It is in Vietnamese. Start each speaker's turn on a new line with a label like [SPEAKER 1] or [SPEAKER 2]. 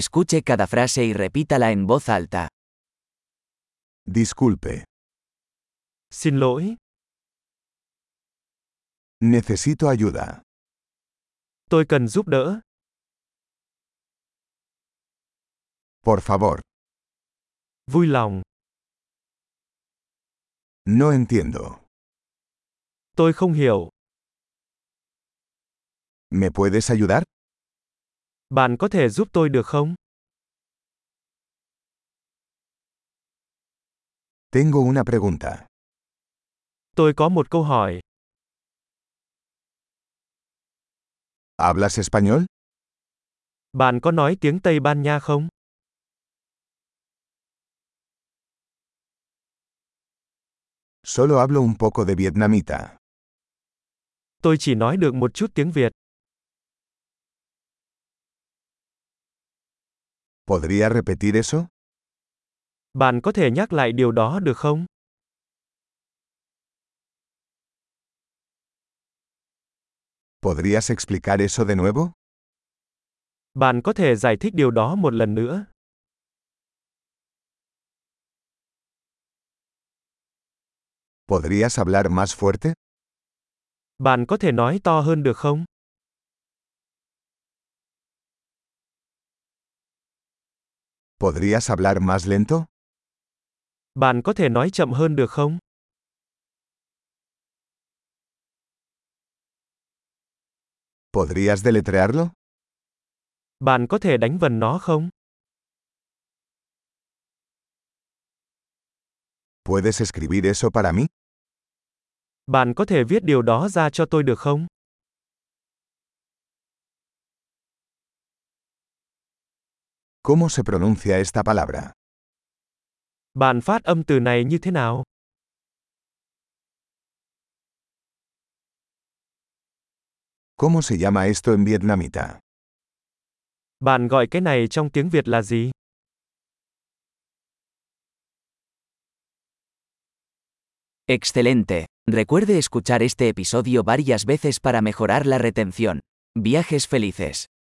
[SPEAKER 1] Escuche cada frase y repítala en voz alta.
[SPEAKER 2] Disculpe,
[SPEAKER 3] Xin lỗi,
[SPEAKER 2] necesito ayuda.
[SPEAKER 3] tôi cần giúp đỡ.
[SPEAKER 2] Por favor,
[SPEAKER 3] Vui lòng,
[SPEAKER 2] no entiendo.
[SPEAKER 3] tôi không hiểu.
[SPEAKER 2] ¿Me puedes ayudar?
[SPEAKER 3] Bạn có thể giúp tôi được không?
[SPEAKER 2] Tengo una pregunta.
[SPEAKER 3] Tôi có một câu hỏi.
[SPEAKER 2] ¿Hablas español?
[SPEAKER 3] Bạn có nói tiếng Tây Ban Nha không?
[SPEAKER 2] Solo hablo un poco de vietnamita.
[SPEAKER 3] Tôi chỉ nói được một chút tiếng Việt.
[SPEAKER 2] ¿Podría repetir eso?
[SPEAKER 3] Bạn có thể nhắc lại điều đó được không?
[SPEAKER 2] ¿Podrías explicar eso de nuevo?
[SPEAKER 3] Bạn có thể giải thích điều đó một lần nữa.
[SPEAKER 2] ¿Podrías hablar más fuerte?
[SPEAKER 3] Bạn có thể nói to hơn được không?
[SPEAKER 2] ¿Podrías hablar más lento?
[SPEAKER 3] Bạn có thể nói chậm hơn được không?
[SPEAKER 2] ¿Podrías deletrearlo?
[SPEAKER 3] Bạn có thể đánh vần nó không?
[SPEAKER 2] ¿Puedes escribir eso para mí?
[SPEAKER 3] Bạn có thể viết điều đó ra cho tôi được không?
[SPEAKER 2] ¿Cómo se pronuncia esta palabra?
[SPEAKER 3] Bạn phát âm từ này như thế nào?
[SPEAKER 2] ¿Cómo se llama esto en vietnamita?
[SPEAKER 3] Bạn gọi cái này trong tiếng Việt là gì?
[SPEAKER 1] Excelente. Recuerde escuchar este episodio varias veces para mejorar la retención. Viajes felices.